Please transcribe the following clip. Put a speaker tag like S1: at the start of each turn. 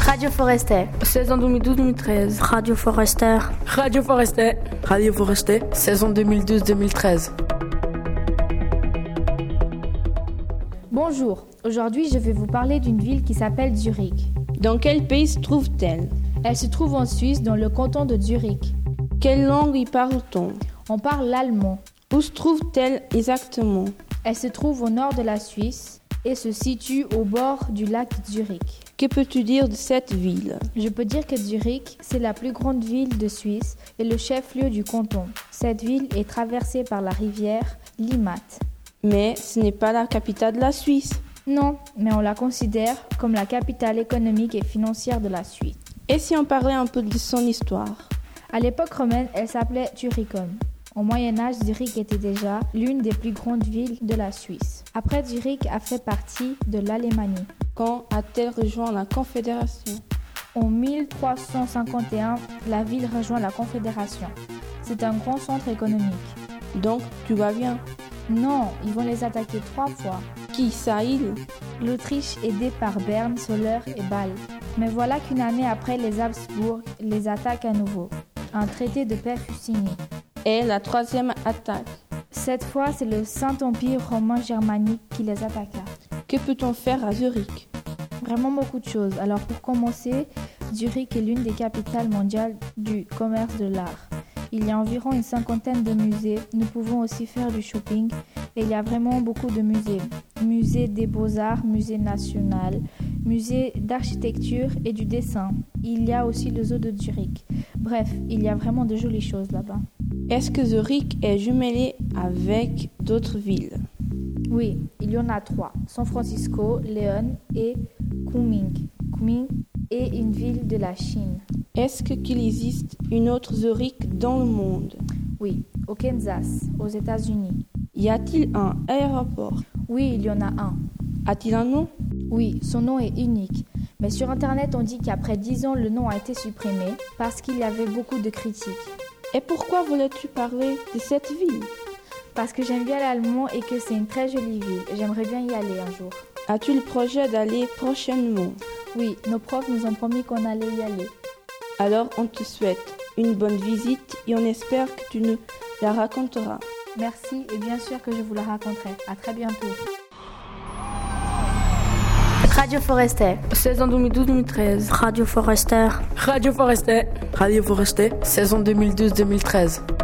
S1: Radio Forester.
S2: 16 en 2012-2013.
S3: Radio Forester.
S4: Radio Forester.
S5: Radio Forester.
S6: Saison 2012-2013.
S7: Bonjour, aujourd'hui je vais vous parler d'une ville qui s'appelle Zurich.
S8: Dans quel pays se trouve-t-elle
S7: Elle se trouve en Suisse, dans le canton de Zurich.
S8: Quelle langue y parle-t-on
S7: On parle l'allemand.
S8: Où se trouve-t-elle exactement
S7: Elle se trouve au nord de la Suisse et se situe au bord du lac Zurich.
S8: Que peux-tu dire de cette ville
S7: Je peux dire que Zurich, c'est la plus grande ville de Suisse et le chef-lieu du canton. Cette ville est traversée par la rivière Limmat.
S8: Mais ce n'est pas la capitale de la Suisse.
S7: Non, mais on la considère comme la capitale économique et financière de la Suisse.
S8: Et si on parlait un peu de son histoire
S7: À l'époque romaine, elle s'appelait Turicum. Au Moyen Âge, Zurich était déjà l'une des plus grandes villes de la Suisse. Après, Zurich a fait partie de l'Allemagne.
S8: Quand a-t-elle rejoint la Confédération
S7: En 1351, la ville rejoint la Confédération. C'est un grand centre économique.
S8: Donc, tu vas bien
S7: Non, ils vont les attaquer trois fois.
S8: Qui ça, il
S7: L'Autriche, aidée par Berne, Soleure et Bâle. Mais voilà qu'une année après, les Habsbourg les attaquent à nouveau. Un traité de paix fut signé.
S8: Et la troisième attaque.
S7: Cette fois, c'est le Saint-Empire romain germanique qui les attaqua.
S8: Que peut-on faire à Zurich
S7: Vraiment beaucoup de choses. Alors pour commencer, Zurich est l'une des capitales mondiales du commerce de l'art. Il y a environ une cinquantaine de musées. Nous pouvons aussi faire du shopping. Et il y a vraiment beaucoup de musées. Musée des beaux-arts, musée national, musée d'architecture et du dessin. Il y a aussi le zoo de Zurich. Bref, il y a vraiment de jolies choses là-bas.
S8: Est-ce que Zurich est jumelée avec d'autres villes
S7: Oui, il y en a trois San Francisco, Leon et Kunming. Kunming est une ville de la Chine.
S8: Est-ce qu'il existe une autre Zurich dans le monde
S7: Oui, au Kansas, aux États-Unis.
S8: Y a-t-il un aéroport
S7: Oui, il y en a un.
S8: A-t-il un nom
S7: Oui, son nom est unique. Mais sur Internet, on dit qu'après 10 ans, le nom a été supprimé parce qu'il y avait beaucoup de critiques.
S8: Et pourquoi voulais-tu parler de cette ville
S7: Parce que j'aime bien l'allemand et que c'est une très jolie ville. J'aimerais bien y aller un jour.
S8: As-tu le projet d'aller prochainement
S7: Oui, nos profs nous ont promis qu'on allait y aller.
S8: Alors on te souhaite une bonne visite et on espère que tu nous la raconteras.
S7: Merci et bien sûr que je vous la raconterai. À très bientôt.
S1: Radio Forester.
S2: 16 en 2012-2013.
S3: Radio Forester.
S4: Radio Forester.
S5: Radio Forester.
S6: Saison 2012-2013.